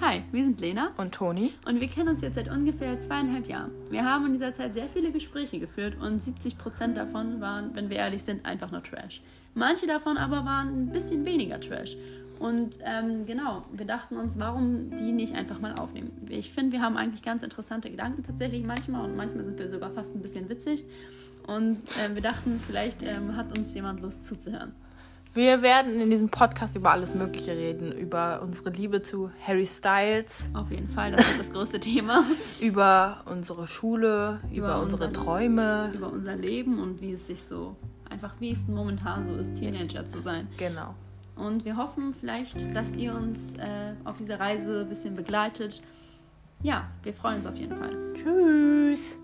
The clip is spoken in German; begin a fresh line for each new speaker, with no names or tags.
Hi, wir sind Lena
Und Toni?
und wir kennen uns jetzt seit ungefähr zweieinhalb Jahren. Wir haben in dieser Zeit sehr viele Gespräche geführt und 70% davon waren, wenn wir ehrlich sind, einfach nur Trash. Manche davon aber waren ein bisschen weniger Trash. Und ähm, genau, wir dachten uns, warum die nicht einfach mal aufnehmen. Ich finde, wir haben eigentlich ganz interessante Gedanken tatsächlich manchmal und manchmal sind wir sogar fast ein bisschen witzig. Und ähm, wir dachten, vielleicht ähm, hat uns jemand Lust zuzuhören.
Wir werden in diesem Podcast über alles Mögliche reden. Über unsere Liebe zu Harry Styles,
Auf jeden Fall, das ist das größte Thema.
über unsere Schule, über,
Über
unsere
unseren-
Träume.
über unser Leben und wie es sich so einfach wie es momentan so ist, Teenager zu sein.
Genau.
Und wir hoffen vielleicht, dass ihr uns äh, auf dieser Reise ein bisschen begleitet. Ja, wir freuen uns auf jeden Fall.
Tschüss.